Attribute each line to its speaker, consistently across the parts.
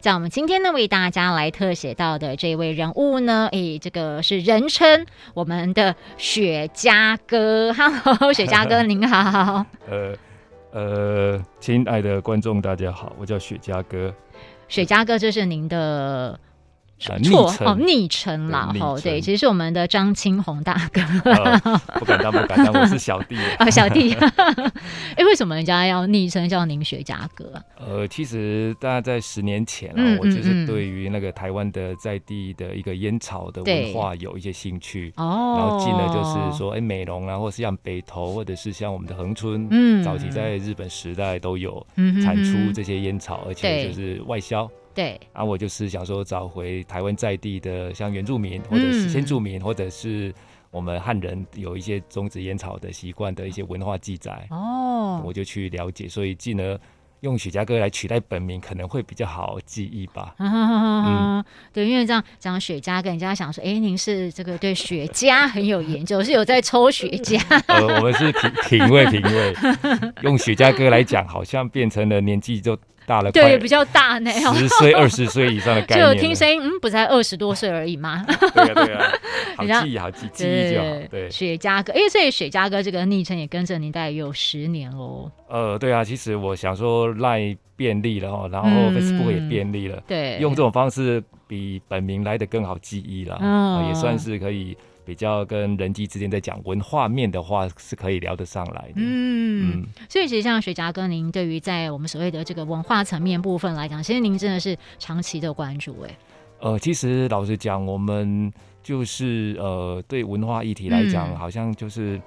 Speaker 1: 在我们今天呢为大家来特写到的这位人物呢，诶，这个是人称我们的雪茄哥。Hello，雪 茄 哥您好。
Speaker 2: 呃呃，亲爱的观众，大家好，我叫雪茄 哥，
Speaker 1: 雪茄哥，这是您的
Speaker 2: 啊
Speaker 1: 绰
Speaker 2: 昵称
Speaker 1: 号、昵称啦，
Speaker 2: 对
Speaker 1: 吼，
Speaker 2: 昵称
Speaker 1: 对，其实是我们的张清宏大 哥
Speaker 2: 呃、不敢当，不敢当，我是小弟。
Speaker 1: 啊，小弟。 哎，为什么人家要昵称叫您雪茄哥啊？
Speaker 2: 呃，其实大概在十年前啊，
Speaker 1: 嗯
Speaker 2: 我就
Speaker 1: 嗯嗯
Speaker 2: 是对于那个台湾的在地的一个烟草的
Speaker 1: 对
Speaker 2: 文化有一些兴趣，
Speaker 1: 哦，
Speaker 2: 然后进了就是，说，哎、美容啊，或是像北投，或者是像我们的恒春，
Speaker 1: 嗯
Speaker 2: 早期在日本时代都有
Speaker 1: 嗯
Speaker 2: 产出
Speaker 1: 嗯
Speaker 2: 这些烟草，而
Speaker 1: 对
Speaker 2: 且就是外销。
Speaker 1: 对，
Speaker 2: 啊，我就是想说找回台湾在地的，像原住民或者
Speaker 1: 嗯
Speaker 2: 是先住民，或者是我们汉人有一些种植烟草的习惯的一些文化记载，
Speaker 1: 哦，
Speaker 2: 我就去了解，所以进而用雪茄哥来取代本名可能会比较好记忆吧。 嗯
Speaker 1: 对，因为这样讲雪茄，跟人家想说，哎，您是这个对雪茄很有研究，是有在抽雪茄，
Speaker 2: 呃，我们是品品味品味，用雪茄哥来讲，好像变成了年纪就大了，
Speaker 1: 对，
Speaker 2: 快
Speaker 1: 比较大那样。
Speaker 2: 十岁二十岁以上的概
Speaker 1: 就
Speaker 2: 念
Speaker 1: 有
Speaker 2: 了。
Speaker 1: 听声音，嗯，不才二十多岁而已吗？
Speaker 2: 对啊对 啊，好
Speaker 1: 人家
Speaker 2: 记忆好 记记忆就好，对。
Speaker 1: 雪茄哥，哎、所以雪茄哥这个昵称也跟着您大概有十年喽。
Speaker 2: 呃，对啊，其实我想说赖便利了哦，然后
Speaker 1: 嗯
Speaker 2: Facebook 也便利了，
Speaker 1: 对，
Speaker 2: 用这种方式比本名来的更好记忆啦，
Speaker 1: 嗯
Speaker 2: 啊也算是可以比较跟人机之间在讲文化面的话是可以聊得上来的。
Speaker 1: 嗯，
Speaker 2: 嗯
Speaker 1: 所以其实像雪茄哥，您对于在我们所谓的这个文化层面部分来讲，其实您真的是长期的关注、哎，
Speaker 2: 呃，其实老实讲，我们就是呃，对文化议题来讲，
Speaker 1: 嗯
Speaker 2: 好像就是。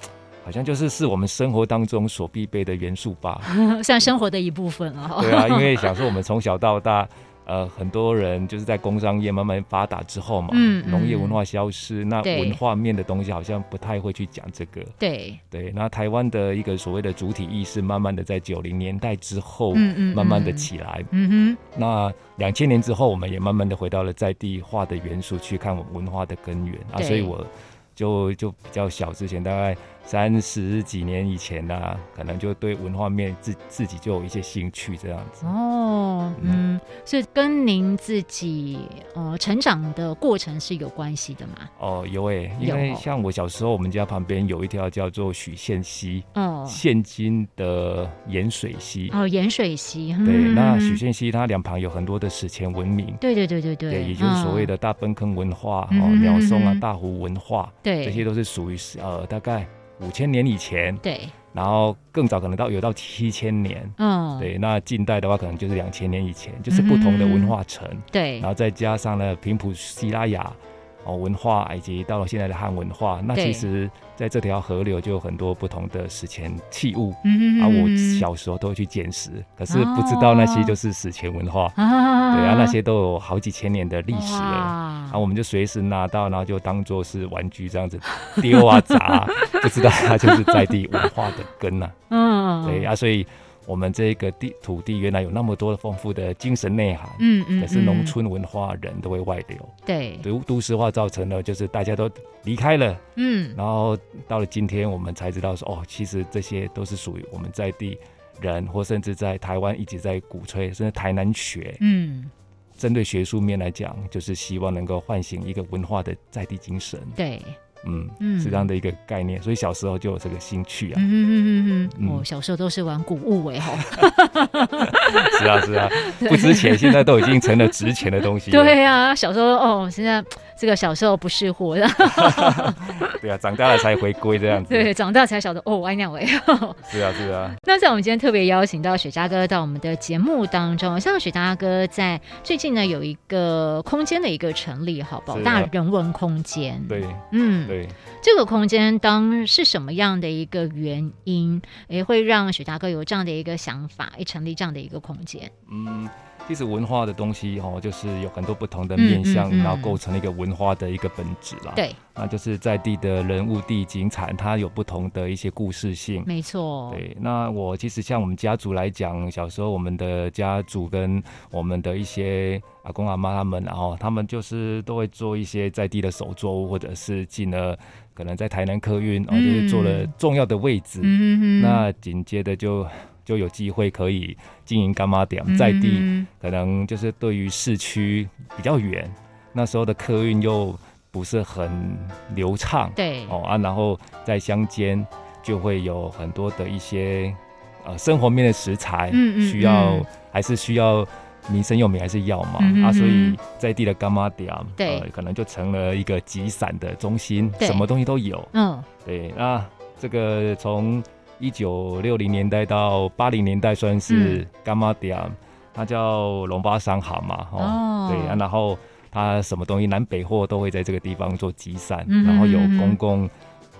Speaker 2: 好像就是是我们生活当中所必备的元素吧，
Speaker 1: 算生活的一部分了。
Speaker 2: 对啊，因为想说我们从小到大，呃，很多人就是在工商业慢慢发达之后嘛，
Speaker 1: 嗯嗯
Speaker 2: 农业文化消失，那
Speaker 1: 对
Speaker 2: 文化面的东西好像不太会去讲这个。
Speaker 1: 对，
Speaker 2: 对，那台湾的一个所谓的主体意识，慢慢的在九零年代之后，
Speaker 1: 嗯嗯，
Speaker 2: 哦慢慢的
Speaker 1: 嗯，
Speaker 2: 起来。
Speaker 1: 嗯
Speaker 2: 那两千年之后，我们也慢慢的回到了在地化的元素，去看我们文化的根源啊。
Speaker 1: 对
Speaker 2: 所以我就就比较小，之前大概三十几年以前啦、可能就对文化面自自己就有一些兴趣这样子
Speaker 1: 哼，。哦，嗯，所以跟您自己呃成长的过程是有关系的嘛？
Speaker 2: 哦，有诶、
Speaker 1: 有
Speaker 2: 因为
Speaker 1: 哦
Speaker 2: 像我小时候，我们家旁边有一条叫做许县溪，
Speaker 1: 哦，
Speaker 2: 现今的盐水溪。
Speaker 1: 哦，盐水溪，
Speaker 2: 对，
Speaker 1: 嗯
Speaker 2: 那许县溪它两旁有很多的史前文明，
Speaker 1: 对对对对对，
Speaker 2: 也就是所谓
Speaker 1: 嗯
Speaker 2: 的大奔坑文化、
Speaker 1: 嗯
Speaker 2: 哦
Speaker 1: 嗯嗯，
Speaker 2: 苗松啊
Speaker 1: 嗯、
Speaker 2: 大湖文化，
Speaker 1: 对
Speaker 2: 这些都是属于呃大概五千年以前，
Speaker 1: 对，
Speaker 2: 然后更早可能到有到七千年。
Speaker 1: 嗯，
Speaker 2: 对，那近代的话，可能就是两千年以前，就是不同的文化层。
Speaker 1: 对
Speaker 2: 然后再加上呢平埔西拉雅哦文化，以及到了现在的汉文化，那
Speaker 1: 对
Speaker 2: 其实在这条河流就有很多不同的史前器物。
Speaker 1: 嗯
Speaker 2: 啊，我
Speaker 1: 嗯
Speaker 2: 小时候都会去捡拾，可是不知道那些就是史前文化，
Speaker 1: 啊
Speaker 2: 对啊，那些都有好几千年的历史了。
Speaker 1: 哇
Speaker 2: 啊，我们就随时拿到，然后就当做是玩具这样子 丢啊砸 啊，不知道它就是在地文化的根呐、
Speaker 1: 嗯，
Speaker 2: 对啊，所以我们这个地土地原来有那么多丰富的精神内涵，
Speaker 1: 嗯嗯，
Speaker 2: 可是农
Speaker 1: 嗯
Speaker 2: 村文化人都会外流，
Speaker 1: 对，
Speaker 2: 都都市化造成了就是大家都离开了，
Speaker 1: 嗯，
Speaker 2: 然后到了今天我们才知道说哦，其实这些都是属于我们在地人，或甚至在台湾一直在鼓吹，甚至台南学
Speaker 1: 嗯，
Speaker 2: 针对学术面来讲，就是希望能够唤醒一个文化的在地精神，
Speaker 1: 对，
Speaker 2: 嗯，
Speaker 1: 嗯，
Speaker 2: 是这样的一个概念，所以小时候就有这个兴趣 啊，
Speaker 1: 嗯。嗯嗯嗯嗯，
Speaker 2: 嗯
Speaker 1: 我小时候都是玩古物哎吼，
Speaker 2: 是啊是啊，不值钱，现在都已经成了值钱的东西 了，
Speaker 1: 对啊，小时候哦，现在这个小时候不是货，
Speaker 2: 对啊，长大了才回归这样子，
Speaker 1: 对，长大才晓得哦，爱那位。
Speaker 2: 是啊是啊，
Speaker 1: 那在我们今天特别邀请到雪茄哥到我们的节目当中，像雪茄哥在最近呢有一个空间的一个成立，好不好？
Speaker 2: 是
Speaker 1: 大
Speaker 2: 啊
Speaker 1: 人文空间，，
Speaker 2: 对
Speaker 1: 嗯，
Speaker 2: 对。
Speaker 1: 这个空间当是什么样的一个原因，也会让雪大哥有这样的一个想法，也成立这样的一个空间？
Speaker 2: 嗯，其实文化的东西哦，就是有很多不同的面向，
Speaker 1: 嗯嗯嗯
Speaker 2: 然后构成一个文化的一个本质啦。，
Speaker 1: 对，
Speaker 2: 那就是在地的人物、地景产，它有不同的一些故事性。
Speaker 1: 没错，
Speaker 2: 对，那我其实像我们家族来讲，小时候我们的家族跟我们的一些阿公阿妈他们啊，然后他们就是都会做一些在地的手作物，或者是进了可能在台南客运，然、哦、后就是做了
Speaker 1: 嗯
Speaker 2: 重要的位置。
Speaker 1: 嗯哼哼，
Speaker 2: 那紧接着就就有机会可以经营干妈点，
Speaker 1: 嗯
Speaker 2: 在地可能就是对于市区比较远，那时候的客运又不是很流畅，
Speaker 1: 对，
Speaker 2: 哦啊，然后在乡间就会有很多的一些呃生活面的食材，
Speaker 1: 嗯嗯
Speaker 2: 需要
Speaker 1: 嗯
Speaker 2: 还是需要民生用品还是要嘛、
Speaker 1: 嗯哼
Speaker 2: 啊，所
Speaker 1: 嗯
Speaker 2: 以在地的干妈店，
Speaker 1: 对
Speaker 2: 呃，可能就成了一个集散的中心，
Speaker 1: 对
Speaker 2: 什么东西都有。
Speaker 1: 嗯，
Speaker 2: 对，那这个从一九六零年代到八零年代算
Speaker 1: 嗯
Speaker 2: 是干妈店，它叫龙巴商行嘛，哦，
Speaker 1: 哦
Speaker 2: 对、啊，然后它什么东西南北货都会在这个地方做集散，
Speaker 1: 嗯哼
Speaker 2: 然后有
Speaker 1: 嗯哼
Speaker 2: 公共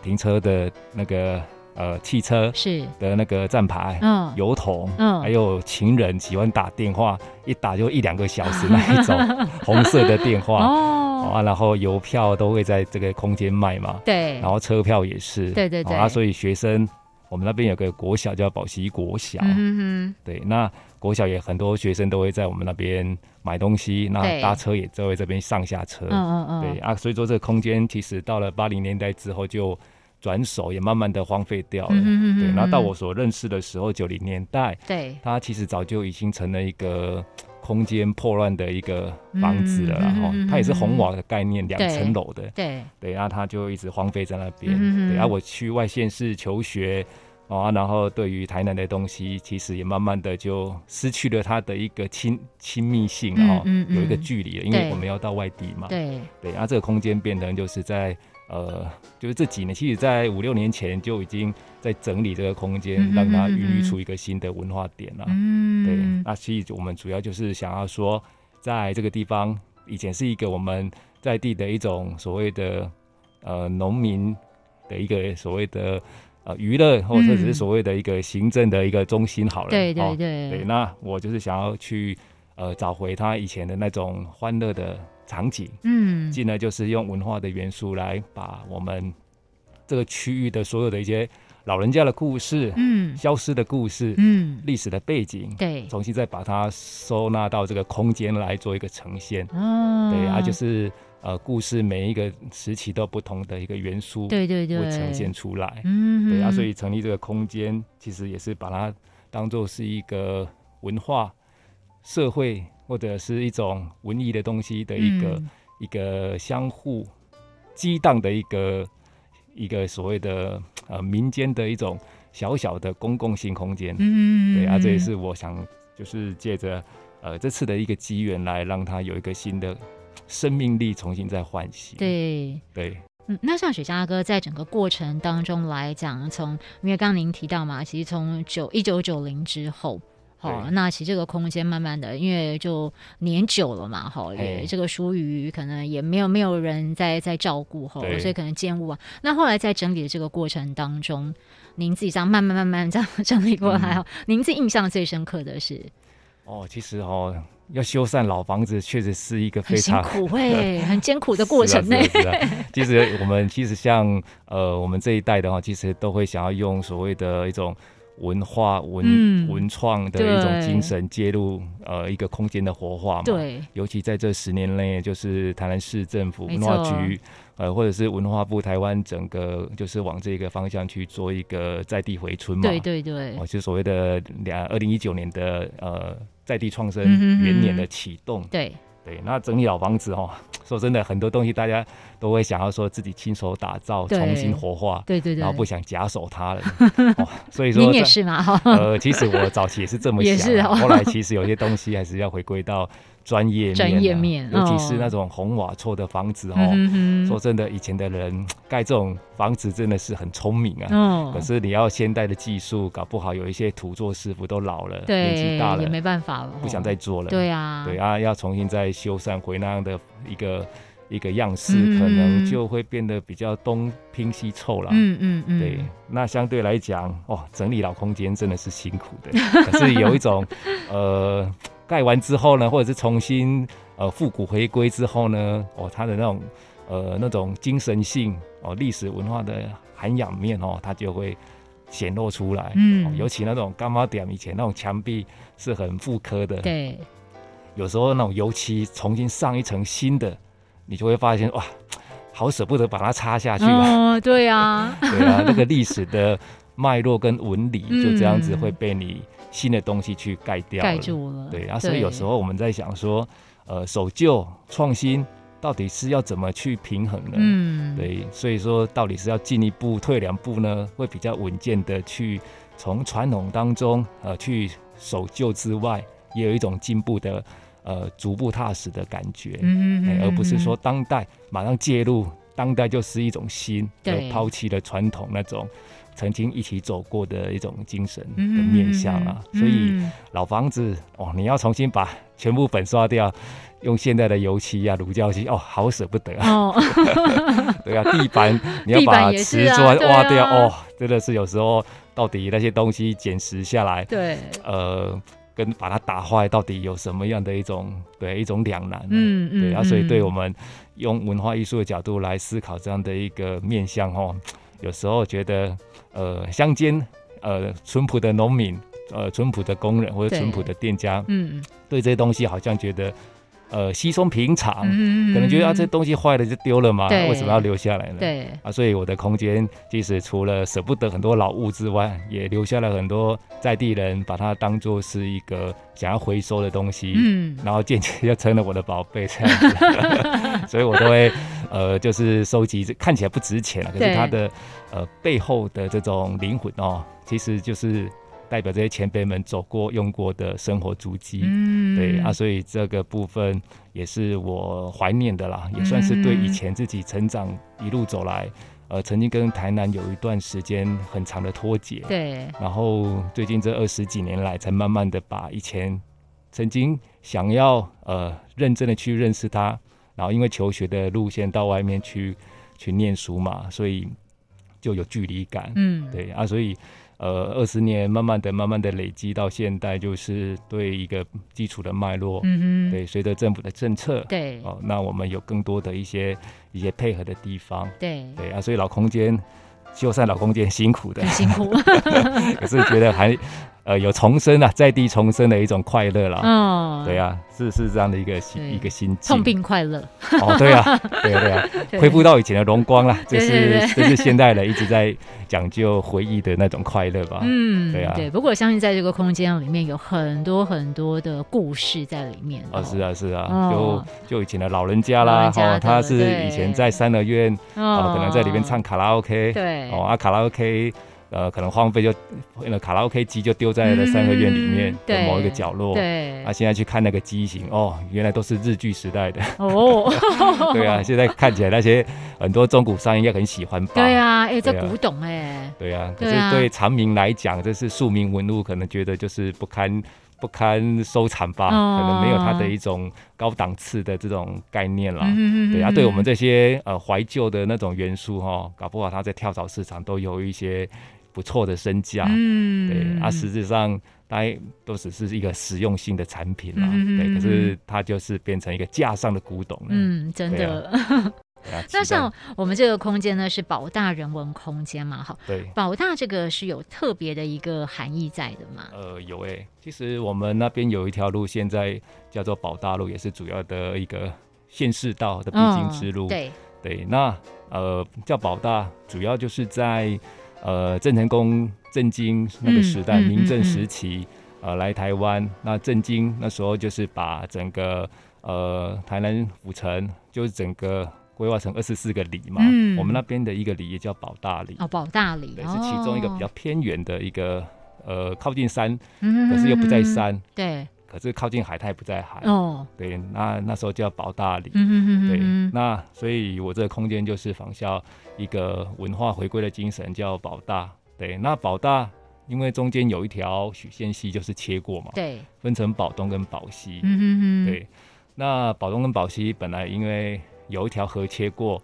Speaker 2: 停车的那个呃汽车
Speaker 1: 是，
Speaker 2: 的那个站牌。
Speaker 1: 嗯，
Speaker 2: 油桶，
Speaker 1: 嗯
Speaker 2: 还有情人喜欢打电话，一打就一两个小时那 一种红色的电话、
Speaker 1: 哦，
Speaker 2: 啊，然后邮票都会在这个空间卖嘛，
Speaker 1: 对，
Speaker 2: 然后车票也是，
Speaker 1: 对对对
Speaker 2: 哦啊，所以学生，我们那边有个国小叫宝溪国小，
Speaker 1: 嗯哼哼，
Speaker 2: 对，那国小也很多学生都会在我们那边买东西，那
Speaker 1: 对
Speaker 2: 搭车也就会这边上下车，
Speaker 1: 嗯嗯嗯，
Speaker 2: 对啊，所以说这个空间其实到了八零年代之后就转手也慢慢的荒废掉了，
Speaker 1: 嗯哼哼哼
Speaker 2: 对，
Speaker 1: 哼
Speaker 2: 那到我所认识的时候，九零年代，
Speaker 1: 对，
Speaker 2: 它其实早就已经成了一个。空间破乱的一个房子了啦，然
Speaker 1: 嗯
Speaker 2: 后
Speaker 1: 嗯嗯嗯
Speaker 2: 它也是红瓦的概念，两层
Speaker 1: 对
Speaker 2: 楼的，
Speaker 1: 对，
Speaker 2: 对，然后他就一直荒废在那边。
Speaker 1: 嗯哼哼
Speaker 2: 对，然后我去外县市求学，哦啊，然后对于台南的东西，其实也慢慢的就失去了它的一个亲亲密性，
Speaker 1: 嗯
Speaker 2: 然后
Speaker 1: 嗯嗯
Speaker 2: 有一个距离了，因
Speaker 1: 对
Speaker 2: 为我们要到外地嘛。
Speaker 1: 对，
Speaker 2: 对，啊然后这个空间变成就是在呃，就是这几年，其实在五六年前就已经在整理这个空间，
Speaker 1: 嗯哼
Speaker 2: 让它
Speaker 1: 嗯哼
Speaker 2: 孕
Speaker 1: 嗯
Speaker 2: 育
Speaker 1: 哼
Speaker 2: 出一个新的文化点了。对
Speaker 1: 嗯，，
Speaker 2: 那其实我们主要就是想要说，在这个地方以前是一个我们在地的一种所谓的呃农民的一个所谓的呃娱乐，或者只是所谓的一个行政的一个中心好了。
Speaker 1: 对
Speaker 2: 哦
Speaker 1: 对对，
Speaker 2: 对，那我就是想要去呃找回他以前的那种欢乐的场景，
Speaker 1: 嗯，
Speaker 2: 进而就是用文化的元素来把我们这个区域的所有的一些老人家的故事、
Speaker 1: 嗯
Speaker 2: 消失的故事、
Speaker 1: 嗯，
Speaker 2: 历史的背景，
Speaker 1: 对，
Speaker 2: 重新再把它收纳到这个空间来做一个呈现。
Speaker 1: 哦，
Speaker 2: 对啊，就是呃，故事每一个时期都有不同的一个元素
Speaker 1: 对对对，
Speaker 2: 会呈现出来。
Speaker 1: 嗯，
Speaker 2: 对啊，所以成立这个空间，其实也是把它当做是一个文化、社会或者是一种文艺的东西的一个、
Speaker 1: 嗯
Speaker 2: 一个相互激荡的一个一个所谓的呃民间的一种小小的公共性空间。
Speaker 1: 嗯，
Speaker 2: 对啊，这也
Speaker 1: 嗯
Speaker 2: 是我想就是借着呃这次的一个机缘来让它有一个新的生命力重新再唤醒。
Speaker 1: 对。
Speaker 2: 对
Speaker 1: 嗯，那像雪茄哥在整个过程当中来讲，从因为刚刚您提到嘛，其实从九一九九零之后。好，
Speaker 2: 对
Speaker 1: 那其实这个空间慢慢的，因为就年久了嘛，哈，也
Speaker 2: 嘿
Speaker 1: 这个疏于可能也没有没有人在在照顾，哈，
Speaker 2: 对
Speaker 1: 所以可能建物啊。那后来在整理的这个过程当中，您自己这样慢慢慢慢这样 整理过
Speaker 2: 嗯
Speaker 1: 来，哦，您自己印象最深刻的是
Speaker 2: 哦，其实哦要修缮老房子确实是一个非
Speaker 1: 很辛
Speaker 2: 常
Speaker 1: 苦哎、很艰苦的过程呢、
Speaker 2: 是啊是啊是啊其实我们其实像呃我们这一代的话，其实都会想要用所谓的一种。文化文、
Speaker 1: 嗯
Speaker 2: 文创的一种
Speaker 1: 对
Speaker 2: 精神介入，呃，一个空间的活化嘛。
Speaker 1: 对，
Speaker 2: 尤其在这十年内，就是台南市政府
Speaker 1: 没
Speaker 2: 文
Speaker 1: 错
Speaker 2: 化局，呃，或者是文化部台湾整个就是往这个方向去做一个在地回春嘛，
Speaker 1: 对对对
Speaker 2: 哦，就所谓的两二零一九年的呃在地创生
Speaker 1: 嗯哼哼
Speaker 2: 元年的启动。
Speaker 1: 对，
Speaker 2: 对，那整理老房子哦， 说真的，很多东西大家都会想要说自己亲手打造，
Speaker 1: 对
Speaker 2: 重新活化，
Speaker 1: 对对对，
Speaker 2: 然后不想假手他人。 哦，所以说
Speaker 1: 您也
Speaker 2: 在
Speaker 1: 是嘛，哈、
Speaker 2: 呃，其实我早期也是这么
Speaker 1: 嗯也
Speaker 2: 想，啊
Speaker 1: 是哦
Speaker 2: 后来其实有些东西还是要回归到专业面、啊，
Speaker 1: 专业面
Speaker 2: 尤其是
Speaker 1: 哦
Speaker 2: 那种红瓦厝的房子哦。
Speaker 1: 嗯
Speaker 2: 说
Speaker 1: 哼
Speaker 2: 真的，以前的人盖这种房子真的是很聪明啊。
Speaker 1: 哼，哦
Speaker 2: 可是你要现代的技术，搞不好有一些土作师傅都老了，
Speaker 1: 哦对
Speaker 2: 年纪大
Speaker 1: 也
Speaker 2: 了，
Speaker 1: 没办法了，哦
Speaker 2: 不想再做了。
Speaker 1: 对啊，
Speaker 2: 对啊，要重新再修缮回那样的一个一个样式，
Speaker 1: 嗯
Speaker 2: 可能就会变得比较东拼西凑了。
Speaker 1: 嗯嗯嗯，
Speaker 2: 对，那相对来讲，哦，整理老空间真的是辛苦的。 可是有一种，呃，盖完之后呢，或者是重新呃复古回归之后呢，哦，它的那种呃那种精神性哦，历史文化的涵养面哦，它就会显露出来。
Speaker 1: 嗯
Speaker 2: 哦尤其那种干妈点以前那种墙壁是很复刻的，
Speaker 1: 对
Speaker 2: 有时候那种油漆重新上一层新的，你就会发现哇，好舍不得把它擦下去啊。
Speaker 1: 哦，对啊，
Speaker 2: 对啊，那个历史的脉络跟纹理就这样子会被你新的东西去盖掉
Speaker 1: 嗯
Speaker 2: 了
Speaker 1: 盖住了。
Speaker 2: 对啊，所以有时候我们在想说，呃，守旧创新到底是要怎么去平衡呢？
Speaker 1: 嗯，
Speaker 2: 对，所以说到底是要进一步退两步呢，会比较稳健的去从传统当中呃去守旧之外，也有一种进步的呃逐步踏实的感觉，
Speaker 1: 嗯，嗯
Speaker 2: 哎
Speaker 1: 嗯，
Speaker 2: 而不是
Speaker 1: 嗯
Speaker 2: 说当代马上介入，当代就是一种新，而
Speaker 1: 对
Speaker 2: 抛弃了传统那种曾经一起走过的一种精神的
Speaker 1: 嗯
Speaker 2: 面向啊，
Speaker 1: 嗯
Speaker 2: 所以。
Speaker 1: 嗯
Speaker 2: 老房子哦，你要重新把全部粉刷掉，用现在的油漆啊、乳胶漆哦，好舍不得啊。
Speaker 1: 哦，
Speaker 2: 对啊，地板你 要
Speaker 1: 地板
Speaker 2: 把
Speaker 1: 也是
Speaker 2: 瓷
Speaker 1: 啊
Speaker 2: 砖挖
Speaker 1: 对
Speaker 2: 掉、
Speaker 1: 啊
Speaker 2: 哦，真的是有时候到底那些东西捡拾下来，
Speaker 1: 对，
Speaker 2: 呃，跟把它打坏，到底有什么样的一种对一种两难、
Speaker 1: 嗯
Speaker 2: 嗯，
Speaker 1: 嗯，
Speaker 2: 对啊，所以对我
Speaker 1: 嗯
Speaker 2: 们用文化艺术的角度来思考这样的一个面向哦，有时候觉得呃，乡间呃淳朴的农民。呃，淳朴的工人或者淳朴的店家，
Speaker 1: 嗯
Speaker 2: 对这些东西好像觉得呃稀松平常，
Speaker 1: 嗯，
Speaker 2: 可能觉得啊
Speaker 1: 嗯
Speaker 2: 这东西坏了就丢了嘛，
Speaker 1: 对
Speaker 2: 为什么要留下来呢？
Speaker 1: 对，
Speaker 2: 啊，所以我的空间即使除了舍不得很多老物之外，也留下了很多在地人把它当做是一个想要回收的东西。
Speaker 1: 嗯，
Speaker 2: 然后渐渐就成了我的宝贝这样子， 所以我都会呃，就是收集这看起来不值钱啊了，可
Speaker 1: 对
Speaker 2: 是它的呃背后的这种灵魂哦，其实就是代表这些前辈们走过用过的生活足迹。
Speaker 1: 嗯，
Speaker 2: 对啊，所以这个部分也是我怀念的啦，也算是对
Speaker 1: 嗯
Speaker 2: 以前自己成长一路走来，呃，曾经跟台南有一段时间很长的脱节，
Speaker 1: 对，
Speaker 2: 然后最近这二十几年来，才慢慢的把以前曾经想要呃认真的去认识它，然后因为求学的路线到外面去去念书嘛，所以就有距离感，
Speaker 1: 嗯，
Speaker 2: 对啊，所以呃，二十年慢慢的、慢慢的累积到现在，就是对一个基础的脉络。
Speaker 1: 嗯哼，
Speaker 2: 对，随着政府的政策，
Speaker 1: 对
Speaker 2: 哦，那我们有更多的一些一些配合的地方。
Speaker 1: 对，
Speaker 2: 对啊，所以老空间修缮老空间辛苦的
Speaker 1: 很，辛苦，
Speaker 2: 可是觉得还 呃有重生啊，在地重生的一种快乐啦。
Speaker 1: 嗯，
Speaker 2: 对啊，是是这样的一个心
Speaker 1: 对
Speaker 2: 一个心
Speaker 1: 痛
Speaker 2: 境
Speaker 1: 并快乐，
Speaker 2: 哦，对啊，对啊对啊，
Speaker 1: 对
Speaker 2: 恢复到以前的荣光啦，这
Speaker 1: 对对
Speaker 2: 是这是现代人一直在讲究回忆的那种快乐吧。
Speaker 1: 嗯，
Speaker 2: 对啊
Speaker 1: 不过我相信在这个空间里面有很多很多的故事在里面。
Speaker 2: 啊，是，啊，是啊，
Speaker 1: 哦
Speaker 2: 就就以前的老人家啦，
Speaker 1: 老人家
Speaker 2: 哈、
Speaker 1: 的
Speaker 2: 他是
Speaker 1: 对
Speaker 2: 以前在三合院，哦，可能在里面唱。卡拉 OK，
Speaker 1: 对，
Speaker 2: 哦，啊，卡拉 OK，呃，可能荒废就，呃，卡拉 OK 机就丢在了三合院里面
Speaker 1: 嗯
Speaker 2: 的
Speaker 1: 对
Speaker 2: 某一个角落，
Speaker 1: 对
Speaker 2: 啊，，现在去看那个机型，哦，原来都是日剧 时代的，
Speaker 1: 哦，
Speaker 2: 对啊，现在看起来那些很多中古商应该很喜欢吧？
Speaker 1: 对啊，哎，这
Speaker 2: 对啊
Speaker 1: 古董哎，
Speaker 2: 对啊，可
Speaker 1: 对
Speaker 2: 是
Speaker 1: 啊
Speaker 2: 对长明来讲，这是庶民文物，可能觉得就是不堪不堪收藏吧，
Speaker 1: 哦
Speaker 2: 可能没有它的一种高档次的这种概念啦。
Speaker 1: 嗯
Speaker 2: 对啊，对我们这些呃怀旧的那种元素哈、哦，搞不好它在跳蚤市场都有一些不错的身价。
Speaker 1: 嗯
Speaker 2: 对啊，实质上大家都只是一个实用性的产品啦。
Speaker 1: 嗯嗯嗯
Speaker 2: 对，可
Speaker 1: 嗯
Speaker 2: 是它就是变成一个架上的古董了。
Speaker 1: 嗯，真
Speaker 2: 对
Speaker 1: 的
Speaker 2: 啊。对 啊，
Speaker 1: 那
Speaker 2: 期待
Speaker 1: 像我们这个空间呢，是保大人文空间嘛，哈，
Speaker 2: 对。
Speaker 1: 保大这个是有特别的一个含义在的嘛，
Speaker 2: 呃，有诶、其实我们那边有一条路，现在叫做宝大路，也是主要的一个县市道呃的必经之路。
Speaker 1: 嗯对，
Speaker 2: 对那呃叫宝大，主要就是在呃郑成功、郑经那个时代，
Speaker 1: 嗯嗯
Speaker 2: 明
Speaker 1: 嗯
Speaker 2: 郑时期，呃来台湾。那郑经那时候就是把整个呃台南府城，就是整个规划成二十四个里嘛。
Speaker 1: 嗯
Speaker 2: 我们那边的一个里也叫宝大里。
Speaker 1: 哦，保大里，
Speaker 2: 对，是其中一个比较
Speaker 1: 哦，
Speaker 2: 偏远的一个，呃，靠近山，
Speaker 1: 嗯
Speaker 2: 可是又不在，山，
Speaker 1: 对，
Speaker 2: 可是靠近海，它也不在海。
Speaker 1: 哦，
Speaker 2: 对，那那时候叫保大里。
Speaker 1: 嗯
Speaker 2: 对
Speaker 1: 嗯，
Speaker 2: 那所以我这个空间就是仿效一个文化回归的精神，叫保大。对，那保大因为中间有一条许县溪就是切过嘛，
Speaker 1: 对，
Speaker 2: 分成保东跟保西。
Speaker 1: 嗯哼哼，
Speaker 2: 对，那保东跟保西本来因为有一条河切过，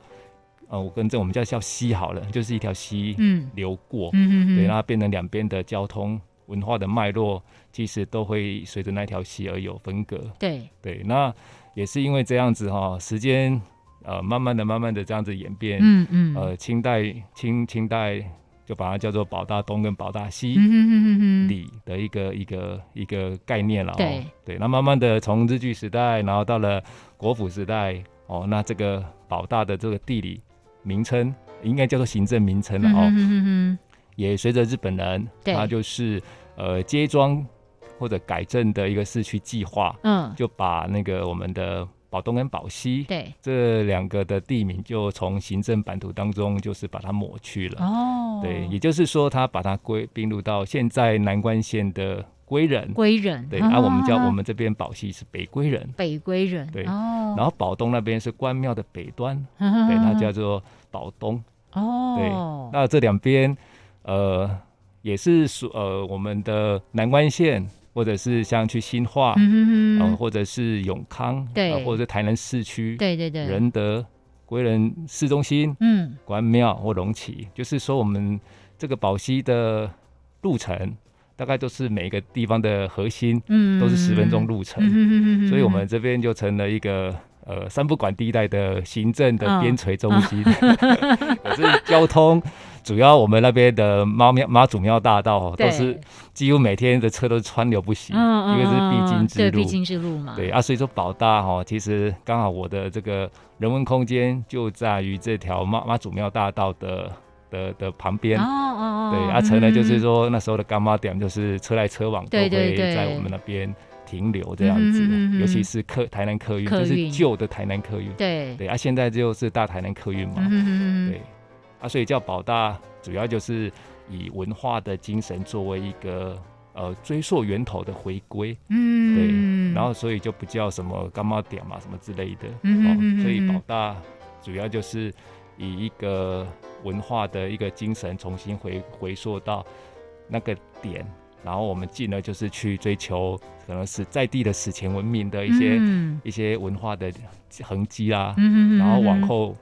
Speaker 2: 呃，我跟这我们叫叫溪好了，就是一条溪
Speaker 1: 嗯
Speaker 2: 流过。
Speaker 1: 嗯嗯嗯，
Speaker 2: 对，那变成两边的交通文化的脉络，其实都会随着那条溪而有分隔。
Speaker 1: 对，
Speaker 2: 对，那也是因为这样子哈、时间呃慢慢的、慢慢的这样子演变，
Speaker 1: 嗯嗯，
Speaker 2: 呃，清代清清代就把它叫做保大东跟保大西。
Speaker 1: 嗯哼哼哼哼，
Speaker 2: 里的一个一个一个概念了哦，
Speaker 1: 对
Speaker 2: 那慢慢的从日据时代，然后到了国府时代，哦，那这个保大的这个地理名称应该叫做行政名称了哦，
Speaker 1: 嗯哼哼哼哼
Speaker 2: 也随着日本人，
Speaker 1: 嗯对
Speaker 2: 他就是呃街庄或者改正的一个市区计划，
Speaker 1: 嗯，
Speaker 2: 就把那个我们的宝东跟宝西
Speaker 1: 对，
Speaker 2: 这两个的地名就从行政版图当中就是把它抹去了。
Speaker 1: 哦，
Speaker 2: 呃对，也就是说，它把它归并入到现在南关县的归仁。
Speaker 1: 归人，
Speaker 2: 对，
Speaker 1: 啊
Speaker 2: 啊，我们叫我们这边宝溪是北归仁，
Speaker 1: 北归人，
Speaker 2: 对
Speaker 1: 哦，嗯啊
Speaker 2: 然后宝东那边是关庙的北端，
Speaker 1: 对
Speaker 2: 对，它叫做宝东。
Speaker 1: 哦，
Speaker 2: 那这两边，呃，也是属呃我们的南关县，或者是像去新化，
Speaker 1: 嗯
Speaker 2: 呃，
Speaker 1: 哼哼，
Speaker 2: 或者是永康，
Speaker 1: 对
Speaker 2: 呃或者是台南市区，
Speaker 1: 对对对，，
Speaker 2: 仁德、归仁市中心、
Speaker 1: 嗯，
Speaker 2: 关庙或龙崎，就是说我们这个宝溪的路程，大概都是每个地方的核心，
Speaker 1: 嗯，
Speaker 2: 都是十分钟
Speaker 1: 路
Speaker 2: 路程。
Speaker 1: 程
Speaker 2: 所以我们这边就成了一个呃三不管地带的行政的边陲中心，
Speaker 1: 哦
Speaker 2: 可是交通。主要我们那边的妈庙妈祖庙大道哦都是几乎每天的车都是川流不息，
Speaker 1: 嗯
Speaker 2: 因为这是必经之
Speaker 1: 对，
Speaker 2: 路。
Speaker 1: 必经之路嘛，
Speaker 2: 对，啊，所以说宝大哈、其实刚好我的这个人文空间就在于这条妈妈祖庙大道的的的旁边。
Speaker 1: 哦哦哦，
Speaker 2: 对，啊，成了就是
Speaker 1: 嗯，
Speaker 2: 说那时候的干妈点就是车来车往都
Speaker 1: 对
Speaker 2: 会
Speaker 1: 对对
Speaker 2: 在我们那边停留这样子，
Speaker 1: 嗯嗯嗯嗯
Speaker 2: 尤其是客台南客运，
Speaker 1: 客
Speaker 2: 就
Speaker 1: 运
Speaker 2: 是旧的台南客运，
Speaker 1: 对，
Speaker 2: 对啊，现在就是大台南客运嘛，
Speaker 1: 嗯哼哼哼
Speaker 2: 对，啊，所以叫保大，主要就是以文化的精神作为一个呃追溯源头的回归，
Speaker 1: 嗯，
Speaker 2: 对，然后所以就不叫什么干妈点嘛什么之类的，哦
Speaker 1: 嗯嗯嗯嗯
Speaker 2: 所以
Speaker 1: 嗯
Speaker 2: 保大主要就是以一个文化的一个精神重新回回溯到那个点，然后我们进而就是去追求可能是在地的史前文明的一些、
Speaker 1: 嗯
Speaker 2: 一些文化的痕迹啦，
Speaker 1: 嗯哼哼
Speaker 2: 然后往
Speaker 1: 哼
Speaker 2: 后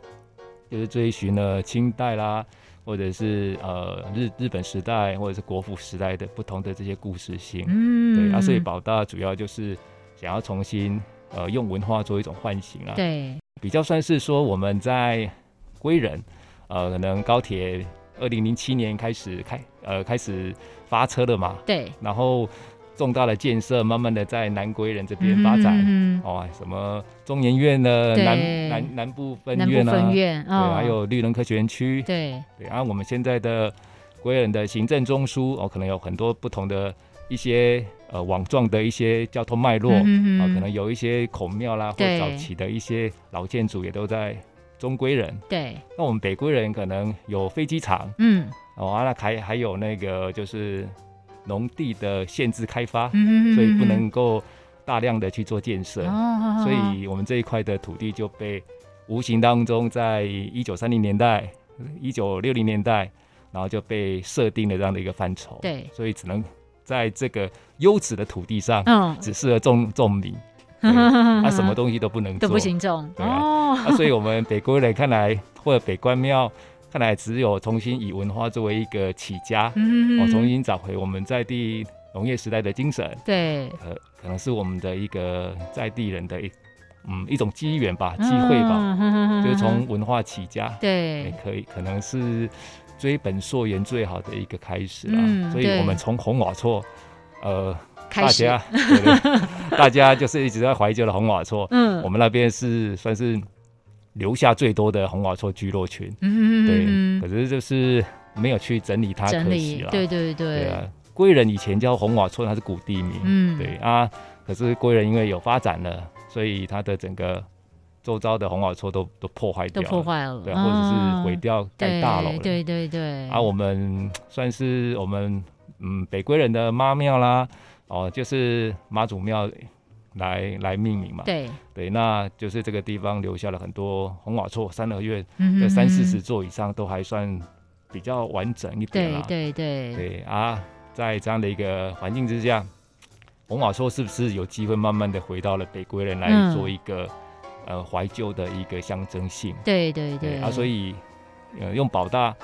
Speaker 2: 就是追寻了清代啦，或者是呃日日本时代或者是国服时代的不同的这些故事性。
Speaker 1: 嗯，
Speaker 2: 对，啊，所以保大主要就是想要重新呃用文化做一种唤醒啊，
Speaker 1: 对，
Speaker 2: 比较算是说我们在归仁，呃，可能高铁二零零七年开始开呃开始发车了嘛，
Speaker 1: 对，
Speaker 2: 然后重大的建设慢慢的在南归仁这边发展。
Speaker 1: 嗯哼
Speaker 2: 哦，什么中研院呢？
Speaker 1: 对
Speaker 2: 南南南部分
Speaker 1: 哼南
Speaker 2: 院
Speaker 1: 部
Speaker 2: 啊，
Speaker 1: 分院，
Speaker 2: 对，
Speaker 1: 哦
Speaker 2: 还有绿能科学园区，
Speaker 1: 对，
Speaker 2: 对，然后我们现在的归仁的行政中枢哦，可能有很多不同的一些呃网状的一些交通脉络啊、
Speaker 1: 嗯
Speaker 2: 哦
Speaker 1: 哼
Speaker 2: 可能有一些孔庙啦，或
Speaker 1: 对
Speaker 2: 早期的一些老建筑也都在中归仁。
Speaker 1: 对，
Speaker 2: 那我们北归仁可能有飞机场
Speaker 1: 嗯
Speaker 2: 哦，啊那还还有那个就是农地的限制开发，
Speaker 1: 嗯哼，
Speaker 2: 所以不能够大量的去做建设，
Speaker 1: 哦，
Speaker 2: 所以我们这一块的土地就被无形当中在一九三零年代、一九六零年代，然后就被设定了这样的一个范畴。，
Speaker 1: 对，
Speaker 2: 所以只能在这个优质的土地上，
Speaker 1: 嗯，
Speaker 2: 只适合种种米，对啊，什么东西都不能做，
Speaker 1: 都不行种
Speaker 2: 对啊
Speaker 1: 哦，
Speaker 2: 啊。所以我们北归人看来，或者北关庙看来，只有重新以文化作为一个起家，
Speaker 1: 嗯
Speaker 2: 哦，重新找回我们在地农业时代的精神。
Speaker 1: 对
Speaker 2: 可呃可能是我们的一个在地人的一嗯一种机缘吧，机会吧，
Speaker 1: 吧
Speaker 2: 就是从文化起家，
Speaker 1: 嗯
Speaker 2: 也
Speaker 1: 对，
Speaker 2: 可以可能是追本溯源最好的一个开始啦。
Speaker 1: 嗯
Speaker 2: 所以
Speaker 1: 对
Speaker 2: 我们从红瓦厝，呃，
Speaker 1: 开
Speaker 2: 大
Speaker 1: 始，
Speaker 2: 家对对 大家就是一直在怀旧的红瓦厝，
Speaker 1: 嗯
Speaker 2: 我们那边是算是留下最多的红瓦厝聚落群，
Speaker 1: 嗯
Speaker 2: 对，
Speaker 1: 嗯
Speaker 2: 可是就是没有去整理它，
Speaker 1: 整
Speaker 2: 可惜
Speaker 1: 理
Speaker 2: 了，，
Speaker 1: 对对
Speaker 2: 对
Speaker 1: 对，
Speaker 2: 啊，归仁以前叫红瓦厝，它是古地名，
Speaker 1: 嗯
Speaker 2: 对啊，可是归仁因为有发展了，所以它的整个周遭的红瓦厝都都破坏
Speaker 1: 都
Speaker 2: 掉了，
Speaker 1: 破坏了，
Speaker 2: 对啊，或者是毁
Speaker 1: 哦
Speaker 2: 掉盖大楼了。
Speaker 1: 对对对对，
Speaker 2: 啊，我们算是我们嗯北归仁的妈庙啦，哦，就是妈祖庙来来命名嘛。
Speaker 1: 对，
Speaker 2: 对，那就是这个地方留下了很多红瓦厝、三合院
Speaker 1: 嗯
Speaker 2: 的
Speaker 1: 哼
Speaker 2: 三四
Speaker 1: 哼
Speaker 2: 十座以上，都还算比较完整一点
Speaker 1: 对
Speaker 2: 啦。
Speaker 1: 对对，
Speaker 2: 对啊，在这样的一个环境之下，红瓦说是不是有机会慢慢的回到了北归人来
Speaker 1: 嗯
Speaker 2: 做一个、呃怀旧的一个象征性？
Speaker 1: 对对对
Speaker 2: 啊，所
Speaker 1: 以
Speaker 2: 以呃用宝大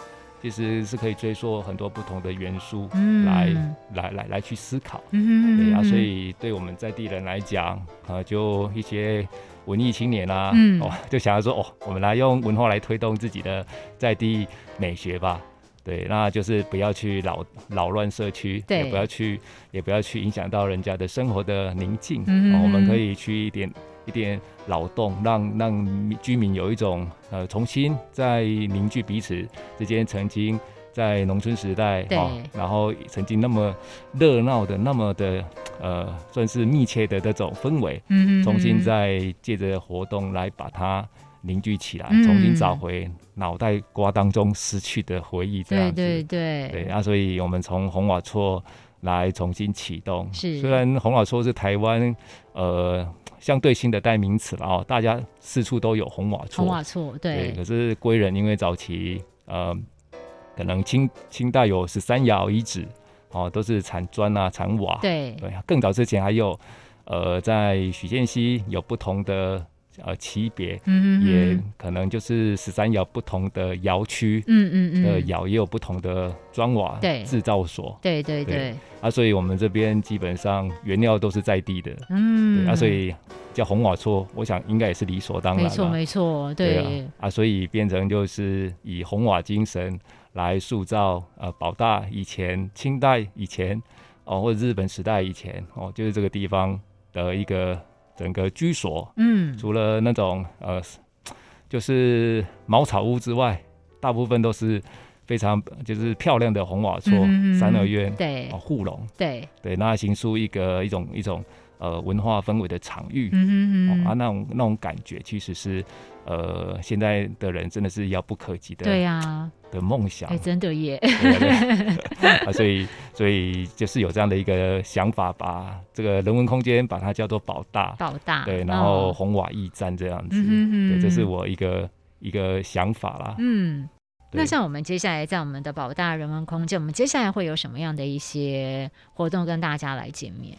Speaker 2: 其实是可以追溯很多不同的元素
Speaker 1: 嗯
Speaker 2: 来、来来来去思考。
Speaker 1: 嗯
Speaker 2: 对啊，
Speaker 1: 嗯
Speaker 2: 所以对我们在地人来讲，啊、就一些文艺青年啊，
Speaker 1: 嗯
Speaker 2: 哦， 就想要说，哦，我们来用文化来推动自己的在地美学吧。对，那就是不要去扰扰乱社区，
Speaker 1: 对
Speaker 2: 也不要去，也不要去影响到人家的生活的宁静。
Speaker 1: 嗯
Speaker 2: 哦，我们可以去一点一点劳动，让让民居民有一种呃重新在凝聚彼此之间曾经在农村时代，
Speaker 1: 对
Speaker 2: 然后曾经那么热闹的、那么的呃，算是密切的这种氛围，
Speaker 1: 嗯
Speaker 2: 重新再借着活动来把它凝聚起来，
Speaker 1: 嗯
Speaker 2: 重新找回脑袋瓜当中失去的回忆，这
Speaker 1: 对
Speaker 2: 样子。
Speaker 1: 对对
Speaker 2: 对啊，所以我们从红瓦厝来重新启动。
Speaker 1: 是
Speaker 2: 虽然红瓦厝是台湾呃相对新的代名词了哦，大家四处都有红瓦厝
Speaker 1: 红。瓦厝对
Speaker 2: 可是归仁因为早期呃可能清清代有十三窑遗址哦，都是产砖啊、产瓦。
Speaker 1: 对
Speaker 2: 对，更早之前还有呃在许县西有不同的呃级别。
Speaker 1: 嗯
Speaker 2: 也
Speaker 1: 嗯
Speaker 2: 可能就是十三窑不同的窑区，
Speaker 1: 嗯嗯
Speaker 2: 的
Speaker 1: 嗯，
Speaker 2: 窑也有不同的砖瓦
Speaker 1: 对
Speaker 2: 制造所
Speaker 1: 对对
Speaker 2: 对
Speaker 1: 对，
Speaker 2: 啊，所以我们这边基本上原料都是在地的，对
Speaker 1: 嗯，
Speaker 2: 啊，所以叫红瓦厝，我想应该也是理所当然
Speaker 1: 没
Speaker 2: 啦
Speaker 1: 错没错，
Speaker 2: 对啊，啊，所以变成就是以红瓦精神来塑造呃保大以前、清代以前哦，或者日本时代以前哦，就是这个地方的一个整个居所，
Speaker 1: 嗯，
Speaker 2: 除了那种呃，就是茅草屋之外，大部分都是非常就是漂亮的红瓦厝、
Speaker 1: 嗯嗯嗯
Speaker 2: 三合院、
Speaker 1: 对
Speaker 2: 哦护龙，
Speaker 1: 对，
Speaker 2: 对，那形塑一个一种一种呃文化氛围的场域。
Speaker 1: 嗯嗯
Speaker 2: 哦、啊，
Speaker 1: 嗯，
Speaker 2: 那种那种感觉其实是，呃，现在的人真的是遥不可及的
Speaker 1: 对呀，
Speaker 2: 的梦想
Speaker 1: 哎，，真的耶，
Speaker 2: 对啊对 啊啊，所以所以就是有这样的一个想法，把这个人文空间把它叫做保大，
Speaker 1: 爆大
Speaker 2: 对，然后红瓦驿站这样子，
Speaker 1: 嗯
Speaker 2: 对，这是我一个一个想法啦。
Speaker 1: 嗯。
Speaker 2: 对
Speaker 1: 那像我们接下来在我们的保大人文空间，我们接下来会有什么样的一些活动跟大家来见面？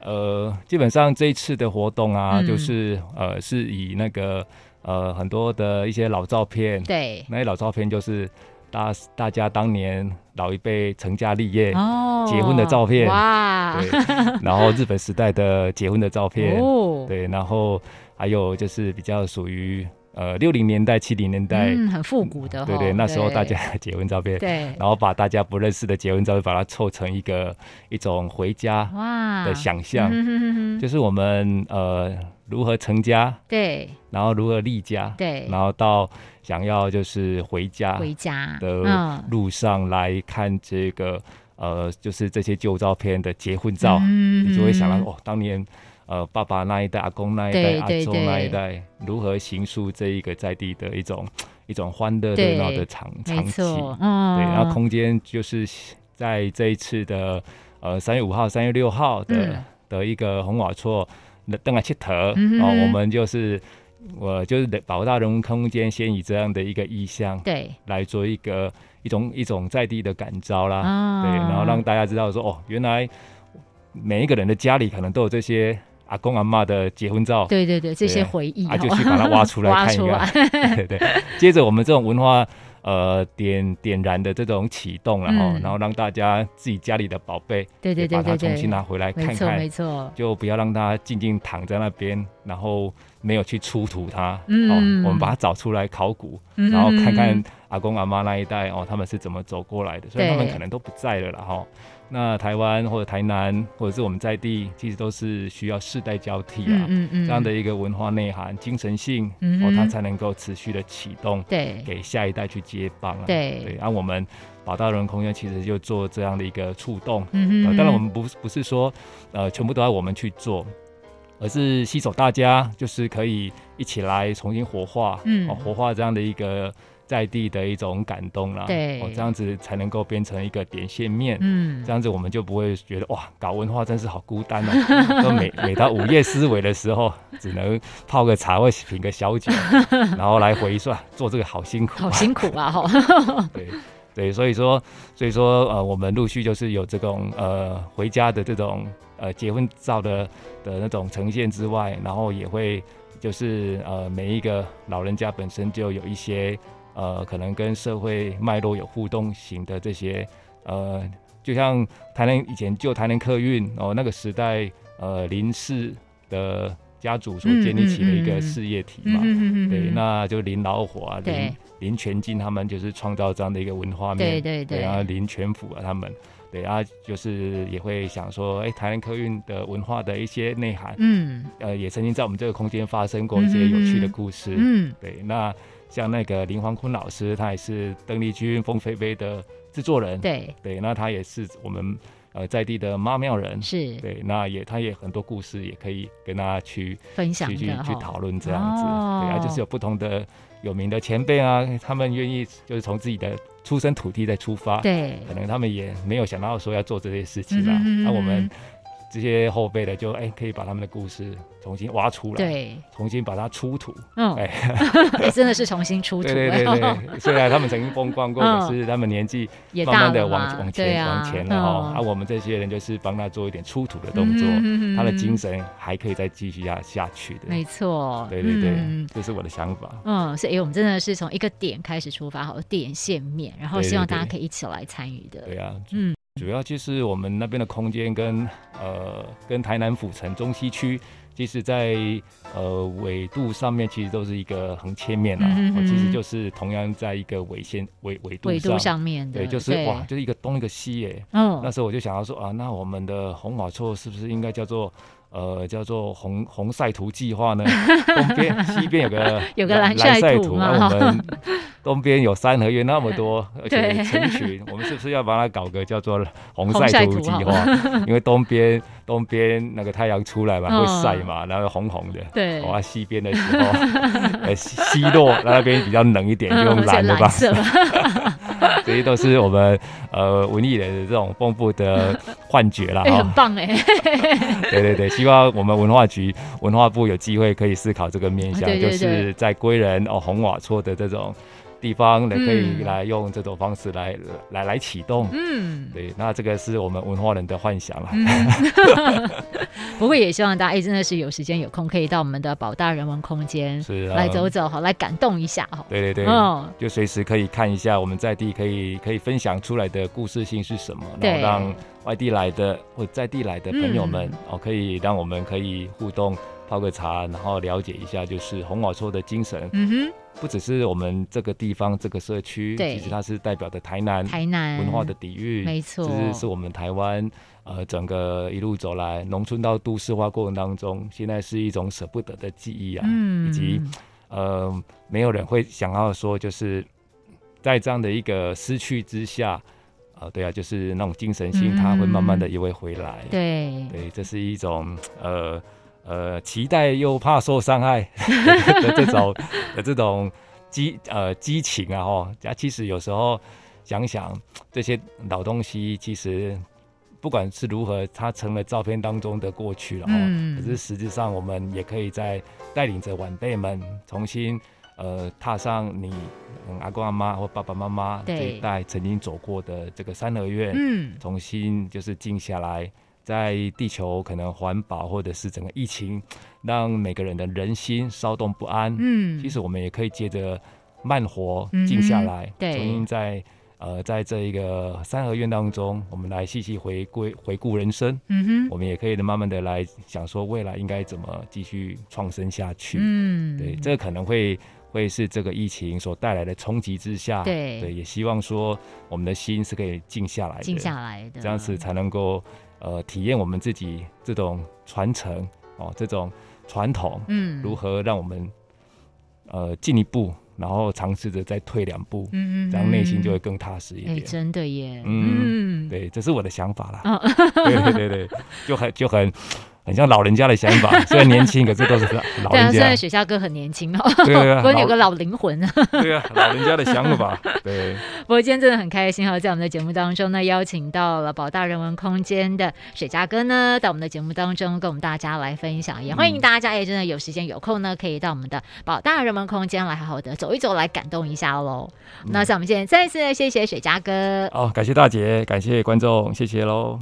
Speaker 2: 呃，基本上这一次的活动啊，
Speaker 1: 嗯
Speaker 2: 就是呃是以那个呃很多的一些老照片，
Speaker 1: 对，
Speaker 2: 那些老照片就是大大家当年老一辈成家立业，
Speaker 1: 哦，
Speaker 2: 结婚的照片
Speaker 1: 哇，
Speaker 2: 对，然后日本时代的结婚的照片，
Speaker 1: 哦，
Speaker 2: 对，然后还有就是比较属于呃六零年代、七零年代，
Speaker 1: 嗯，很复古的哦，
Speaker 2: 对对，那时候大家结婚照片，
Speaker 1: 对，
Speaker 2: 然后把大家不认识的结婚照片，把它凑成一个一种回家
Speaker 1: 哇
Speaker 2: 的想象，
Speaker 1: 嗯哼哼哼
Speaker 2: 就是我们呃如何成家，
Speaker 1: 对
Speaker 2: 然后如何立家，
Speaker 1: 对，
Speaker 2: 然后到想要就是回家
Speaker 1: 回家嗯
Speaker 2: 的路上来看这个、呃，就是这些旧照片的结婚照，
Speaker 1: 嗯
Speaker 2: 你就会想到
Speaker 1: 嗯
Speaker 2: 哦，当年。呃，爸爸那一代、阿公那一代、
Speaker 1: 对
Speaker 2: 阿
Speaker 1: 对
Speaker 2: 祖
Speaker 1: 对
Speaker 2: 那一代，如何形塑这一个在地的一种一种欢乐
Speaker 1: 对
Speaker 2: 热闹的场场
Speaker 1: 没
Speaker 2: 景？
Speaker 1: 错，
Speaker 2: 对，
Speaker 1: 嗯，
Speaker 2: 然后空间就是在这一次的呃三月五号、三月六号的、
Speaker 1: 嗯
Speaker 2: 的一个红瓦厝的邓来切头
Speaker 1: 嗯
Speaker 2: 哦
Speaker 1: 哼，
Speaker 2: 我们就是我就是保大人文空间，先以这样的一个意向
Speaker 1: 对
Speaker 2: 来做一个一种一种在地的感召啦，
Speaker 1: 啊
Speaker 2: 对，然后让大家知道说哦，原来每一个人的家里可能都有这些阿公阿嬷的结婚照，
Speaker 1: 对对对，这些
Speaker 2: 对
Speaker 1: 回忆
Speaker 2: 啊，
Speaker 1: 哦
Speaker 2: 就去把它挖出 来
Speaker 1: 挖
Speaker 2: 看一
Speaker 1: 出来，
Speaker 2: 看。 对对。接着我们这种文化呃点点燃的这种启动，然后、
Speaker 1: 嗯
Speaker 2: 哦然后让大家自己家里的宝贝，
Speaker 1: 对对
Speaker 2: 也
Speaker 1: 对
Speaker 2: 把它
Speaker 1: 对
Speaker 2: 重新
Speaker 1: 对，
Speaker 2: 拿回来看
Speaker 1: 没错
Speaker 2: 看
Speaker 1: 没，错，
Speaker 2: 就不要让它静静躺在那边，然后没有去出土它。
Speaker 1: 嗯
Speaker 2: 哦，我们把它找出来考古，
Speaker 1: 嗯
Speaker 2: 然后看看
Speaker 1: 嗯
Speaker 2: 阿公阿妈那一代哦，他们是怎么走过来的。虽然他们
Speaker 1: 对
Speaker 2: 可能都不在了啦，哈、那台湾或者台南或者是我们在地，其实都是需要世代交替啊。
Speaker 1: 嗯嗯嗯，
Speaker 2: 这样的一个文化内涵、精神性，
Speaker 1: 嗯
Speaker 2: 哦
Speaker 1: 哼，
Speaker 2: 它才能够持续的启动，
Speaker 1: 对
Speaker 2: 给下一代去接棒啊。
Speaker 1: 对
Speaker 2: 对，而、我们宝大人空间其实就做这样的一个触动。
Speaker 1: 嗯
Speaker 2: 呃
Speaker 1: 嗯，
Speaker 2: 当然，我们不是不是说，呃，全部都要我们去做，而是携手大家，就是可以一起来重新活化，
Speaker 1: 嗯
Speaker 2: 哦，活化这样的一个在地的一种感动啦。
Speaker 1: 对
Speaker 2: 哦，这样子才能够变成一个点线面。
Speaker 1: 嗯
Speaker 2: 这样子我们就不会觉得哇，搞文化真是好孤单哦。 那每每到午夜思维的时候，只能泡个茶或品个 小酒，然后来回算，做这个好辛苦、
Speaker 1: 好
Speaker 2: 啊。
Speaker 1: 辛苦 啊哈，
Speaker 2: 对对，所以说所以说呃，我们陆续就是有这种呃回家的这种呃结婚照的的那种呈现之外，然后也会就是呃每一个老人家本身就有一些呃可能跟社会脉络有互动型的这些呃，就像台南以前旧台南客运哦那个时代呃林氏的家族所建立起的一
Speaker 1: 嗯嗯嗯嗯
Speaker 2: 个
Speaker 1: 嗯
Speaker 2: 事业体嘛。
Speaker 1: 嗯
Speaker 2: 对，那就林老火啊，
Speaker 1: 对
Speaker 2: 林林全金他们就是创造这样的一个文化
Speaker 1: 对
Speaker 2: 面，
Speaker 1: 对对，
Speaker 2: 然后林全福啊他们，对啊，就是也会想说，哎、台湾客运的文化的一些内涵，
Speaker 1: 嗯
Speaker 2: 呃，也曾经在我们这个空间发生过一些有趣的故事，
Speaker 1: 嗯
Speaker 2: 对，那像那个林黄坤老师，他也是邓丽君《凤飞飞》的制作人，
Speaker 1: 对，
Speaker 2: 对，那他也是我们呃在地的妈庙人，
Speaker 1: 是
Speaker 2: 对，那也他也很多故事也可以跟大家去
Speaker 1: 分享
Speaker 2: 去去
Speaker 1: 的
Speaker 2: 去
Speaker 1: 哈。哦
Speaker 2: 讨论这样子，对啊，就是有不同的有名的前辈啊，他们愿意就是从自己的出生土地再出发，
Speaker 1: 对，
Speaker 2: 可能他们也没有想到说要做这些事情
Speaker 1: 嗯
Speaker 2: 啦
Speaker 1: 哼嗯哼，
Speaker 2: 那、我们这些后辈的就哎、可以把他们的故事重新挖出来，
Speaker 1: 对，
Speaker 2: 重新把它出土，
Speaker 1: 嗯，
Speaker 2: 哎、
Speaker 1: 真的是重新出土哎
Speaker 2: 对
Speaker 1: 了，
Speaker 2: 对对 对，虽然他们曾经风光过，
Speaker 1: 嗯
Speaker 2: 可是他们年纪
Speaker 1: 也
Speaker 2: 慢
Speaker 1: 大
Speaker 2: 慢
Speaker 1: 了
Speaker 2: 的
Speaker 1: 嘛
Speaker 2: 往往
Speaker 1: 对
Speaker 2: 前
Speaker 1: 啊，
Speaker 2: 往前了哦，啊，我们这些人就是帮他做一点出土的动作，
Speaker 1: 嗯
Speaker 2: 他的精。
Speaker 1: 嗯嗯嗯嗯
Speaker 2: 神还可以再继续下下去的，
Speaker 1: 没错，
Speaker 2: 对对对，
Speaker 1: 嗯
Speaker 2: 这是我的想法。
Speaker 1: 嗯，所以我们真的是从一个点开始出发，好点线面，然后
Speaker 2: 对对
Speaker 1: 希望
Speaker 2: 对
Speaker 1: 大家可以一起来参与的。
Speaker 2: 对啊，
Speaker 1: 嗯
Speaker 2: 嗯，主要就是我们那边的空间跟呃跟台南府城中西区，其实在呃纬度上面其实都是一个横切面啊，
Speaker 1: 嗯哼
Speaker 2: 哦
Speaker 1: 嗯
Speaker 2: 其实
Speaker 1: 哼
Speaker 2: 就是同样在一个纬线纬纬度
Speaker 1: 纬
Speaker 2: 上，
Speaker 1: 度上面的，
Speaker 2: 对，就是哇，，就是一个东一个西耶。那
Speaker 1: 嗯，
Speaker 2: 时候我就想要说啊，那我们的红瓦厝是不是应该叫做呃叫做红红晒图计 划呢？东边西边有个
Speaker 1: 有个蓝晒
Speaker 2: 晒
Speaker 1: 图
Speaker 2: 图，
Speaker 1: 嘛
Speaker 2: 那我们 东边有三合院那么 多，而
Speaker 1: 对
Speaker 2: 且成群，我们是不是要把它搞个 叫做红
Speaker 1: 红晒
Speaker 2: 晒图
Speaker 1: 图啊
Speaker 2: 计
Speaker 1: 好
Speaker 2: 划？因为东边东边那个太阳出来嘛，会
Speaker 1: 嗯
Speaker 2: 晒嘛，然后红红的。
Speaker 1: 对，
Speaker 2: 哦，啊西边的时候， 呃，西西落那边比较冷一点，就用
Speaker 1: 嗯
Speaker 2: 蓝的
Speaker 1: 蓝
Speaker 2: 吧。
Speaker 1: 色，
Speaker 2: 这些都是我们呃文艺人的这种丰富的幻觉啦
Speaker 1: 哎
Speaker 2: 哈、
Speaker 1: 很棒 哎，
Speaker 2: 对对对，希望我们文化局文化部有机会可以思考这个面向，
Speaker 1: 对对对
Speaker 2: 就是在归仁哦红瓦厝的这种地方呢，
Speaker 1: 嗯
Speaker 2: 可以来用这种方式来、来来启动。
Speaker 1: 嗯。
Speaker 2: 对，那这个是我们文化人的幻想啦。
Speaker 1: 不过也希望大家哎，真的是有时间有空可以到我们的保大人文空间
Speaker 2: 是啊，
Speaker 1: 来走走好，来感动一下好。
Speaker 2: 对对对。
Speaker 1: 嗯，
Speaker 2: 就随时可以看一下我们在地可以可以分享出来的故事性是什么，然
Speaker 1: 对
Speaker 2: 后让外地来的或在地来的朋友们、
Speaker 1: 嗯
Speaker 2: 哦，可以让我们可以互动。泡个茶，然后了解一下，就是红瓦厝的精神，
Speaker 1: 嗯
Speaker 2: 不只是我们这个地方、这个社区，
Speaker 1: 对
Speaker 2: 其实它是代表的台南
Speaker 1: 哼，台南
Speaker 2: 文化的底蕴，
Speaker 1: 没错
Speaker 2: 这是是我们台湾呃整个一路走来，农村到都市化过程当中，现在是一种舍不得的记忆啊，
Speaker 1: 嗯，
Speaker 2: 以及呃，没有人会想要说，就是在这样的一个失去之下，呃，对啊，就是那种精神性，它会慢慢的也会回来。
Speaker 1: 对
Speaker 2: 对，这是一种呃呃期待又怕受伤害的这种呃的这种激呃激情啊，哦，啊，其实有时候想想这些老东西，其实不管是如何，它成了照片当中的过去了哦。
Speaker 1: 嗯
Speaker 2: 可是实质上，我们也可以在带领着晚辈们重新。呃，踏上你、嗯、阿公阿妈或爸爸妈妈这
Speaker 1: 对
Speaker 2: 一代曾经走过的这个三合院，
Speaker 1: 嗯，
Speaker 2: 重新就是静下来，在地球可能环保或者是整个疫情，让每个人的人心骚动不安。
Speaker 1: 嗯，
Speaker 2: 其实我们也可以借着慢活
Speaker 1: 嗯哼
Speaker 2: 静下来，
Speaker 1: 对
Speaker 2: 重新在呃在这一个三合院当中，我们来细细回归回顾人生。
Speaker 1: 嗯
Speaker 2: 我们也可以慢慢的来想说未来应该怎么继续创生下去。
Speaker 1: 哼，嗯，
Speaker 2: 对，这可能会会是这个疫情所带来的冲击之下，
Speaker 1: 对
Speaker 2: 也希望说我们的心是可以静下来的，
Speaker 1: 静下来的，
Speaker 2: 这样子才能够呃体验我们自己这种传承哦，这种传统
Speaker 1: 嗯，
Speaker 2: 如何让我们呃进一步，然后尝试着再退两步，
Speaker 1: 嗯，嗯嗯，
Speaker 2: 这样内心就会更踏实一
Speaker 1: 哎，
Speaker 2: 点。
Speaker 1: 真的耶，
Speaker 2: 嗯
Speaker 1: 嗯，
Speaker 2: 对，这是我的想法啦。
Speaker 1: 哦
Speaker 2: 对对对 对，就很就很很像老人家的想法， 虽然年轻，可是都是老老
Speaker 1: 对啊，
Speaker 2: 人
Speaker 1: 虽
Speaker 2: 家
Speaker 1: 然。雪下哥很年轻 哦，
Speaker 2: 对啊
Speaker 1: 不过有
Speaker 2: 对
Speaker 1: 个
Speaker 2: 啊，
Speaker 1: 老灵魂。
Speaker 2: 老对啊，老人家的想法。对，
Speaker 1: 不过今天真的很开心哦哈，在我们的节目当中呢，邀请到了宝大人文空间的水家哥呢，到我们的节目当中跟我们大家来分享，也欢
Speaker 2: 嗯
Speaker 1: 迎大家也真的有时间有空呢，可以到我们的宝大人文空间来好好的走一走，来感动一下喽。
Speaker 2: 嗯
Speaker 1: 那像我们今天再次呢，谢谢水家哥。
Speaker 2: 哦好，感谢大姐，感谢观众，谢谢喽。